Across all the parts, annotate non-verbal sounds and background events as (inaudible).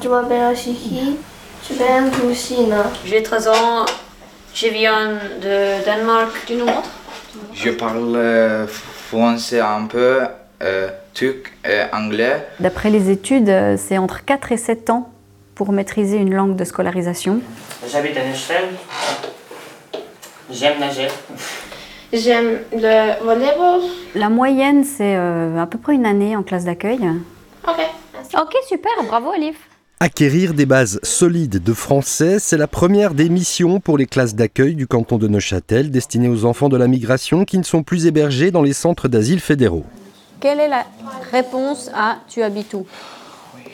도와배워 시키 주변 도시나 J'ai 13 ans, je viens de Danemark. Tu nous montres Je parle euh, français un peu, euh, turc et anglais. D'après les études, euh, c'est entre 4 et 7 ans pour maîtriser une langue de scolarisation. J'habite à Neuchâtel. J'aime nager. j'aime le volleyball. La moyenne, c'est euh, à peu près une année en classe d'accueil. Ok. Ok, super, bravo Elif. Acquérir des bases solides de français, c'est la première des missions pour les classes d'accueil du canton de Neuchâtel destinées aux enfants de la migration qui ne sont plus hébergés dans les centres d'asile fédéraux. Quelle est la réponse à tu habites où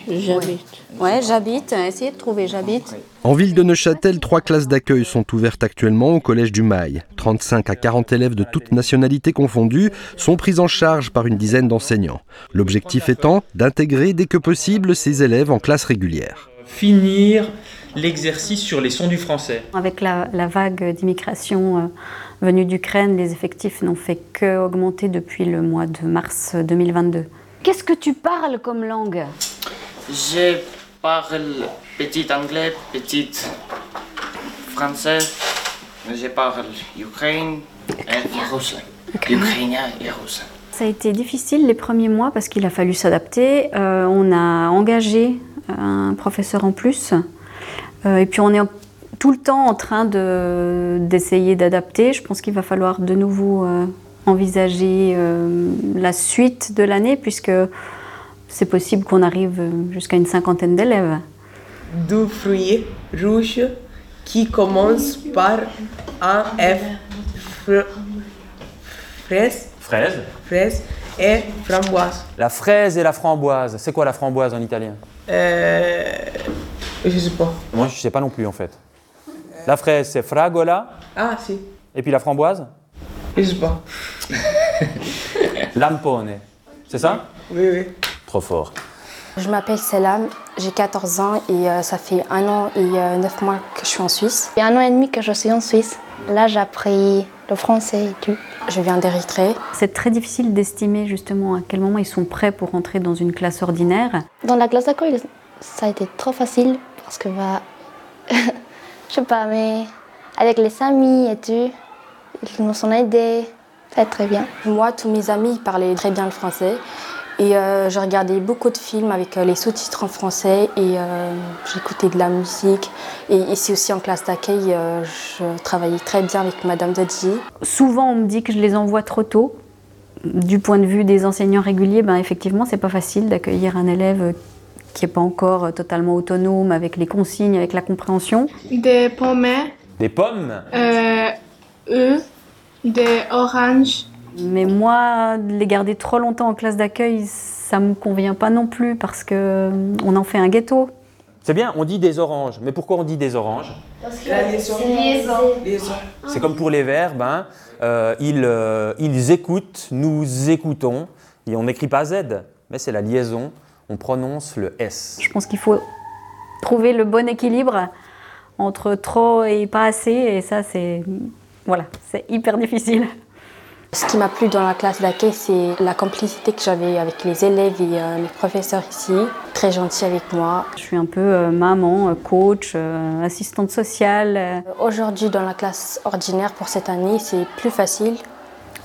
J'habite. Ouais, j'habite. Essayez de trouver j'habite. En ville de Neuchâtel, trois classes d'accueil sont ouvertes actuellement au collège du Mail. 35 à 40 élèves de toutes nationalités confondues sont pris en charge par une dizaine d'enseignants. L'objectif étant d'intégrer dès que possible ces élèves en classe régulière. finir l'exercice sur les sons du français. Avec la, la vague d'immigration euh, venue d'Ukraine, les effectifs n'ont fait qu'augmenter depuis le mois de mars 2022. Qu'est-ce que tu parles comme langue Je parle petit anglais, petit français. Je parle ukrainien et russe. Ukrainien et russe. Ça a été difficile les premiers mois parce qu'il a fallu s'adapter. Euh, on a engagé euh, un professeur en plus. Euh, et puis on est en- tout le temps en train de- d'essayer d'adapter. Je pense qu'il va falloir de nouveau euh, envisager euh, la suite de l'année puisque c'est possible qu'on arrive jusqu'à une cinquantaine d'élèves. deux fruits rouges qui commencent par un F. Fr- fraise, Fraise. fraise et framboise. La fraise et la framboise. C'est quoi la framboise en italien Euh, je sais pas. Moi, je sais pas non plus en fait. La fraise, c'est fragola. Ah si, Et puis la framboise je sais pas. (laughs) Lampone. C'est ça Oui, oui. Trop fort. Je m'appelle Selam, j'ai 14 ans et euh, ça fait un an et euh, neuf mois que je suis en Suisse. Il y a un an et demi que je suis en Suisse. Là, j'ai appris le français et tout. Je viens d'Érythrée. C'est très difficile d'estimer justement à quel moment ils sont prêts pour entrer dans une classe ordinaire. Dans la classe d'accueil, ça a été trop facile parce que, bah, (laughs) je sais pas, mais avec les amis et tout, ils nous ont aidés. Ça va être très bien. Moi, tous mes amis parlaient très bien le français et euh, je regardais beaucoup de films avec euh, les sous-titres en français et euh, j'écoutais de la musique. Et ici aussi en classe d'accueil, euh, je travaillais très bien avec Madame Dodgy. Souvent, on me dit que je les envoie trop tôt. Du point de vue des enseignants réguliers, ben effectivement, c'est pas facile d'accueillir un élève qui n'est pas encore totalement autonome avec les consignes, avec la compréhension. Des pommes, Des pommes euh, œufs, des oranges. Mais moi, de les garder trop longtemps en classe d'accueil, ça me convient pas non plus parce que euh, on en fait un ghetto. C'est bien, on dit des oranges. Mais pourquoi on dit des oranges La liaison. liaison. Liaison. C'est comme pour les verbes, hein. Euh, ils, euh, ils écoutent, nous écoutons. Et on n'écrit pas Z, mais c'est la liaison. On prononce le S. Je pense qu'il faut trouver le bon équilibre entre trop et pas assez, et ça, c'est voilà, c'est hyper difficile. Ce qui m'a plu dans la classe d'accueil, c'est la complicité que j'avais avec les élèves et euh, mes professeurs ici. Très gentils avec moi. Je suis un peu euh, maman, euh, coach, euh, assistante sociale. euh. Euh, Aujourd'hui, dans la classe ordinaire pour cette année, c'est plus facile.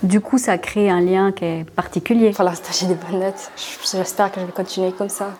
Du coup, ça crée un lien qui est particulier. Pour l'instant, j'ai des bonnes notes. J- J'espère que je vais continuer comme ça.